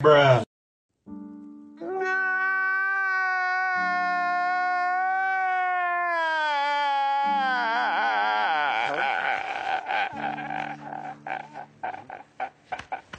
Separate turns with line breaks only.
bruh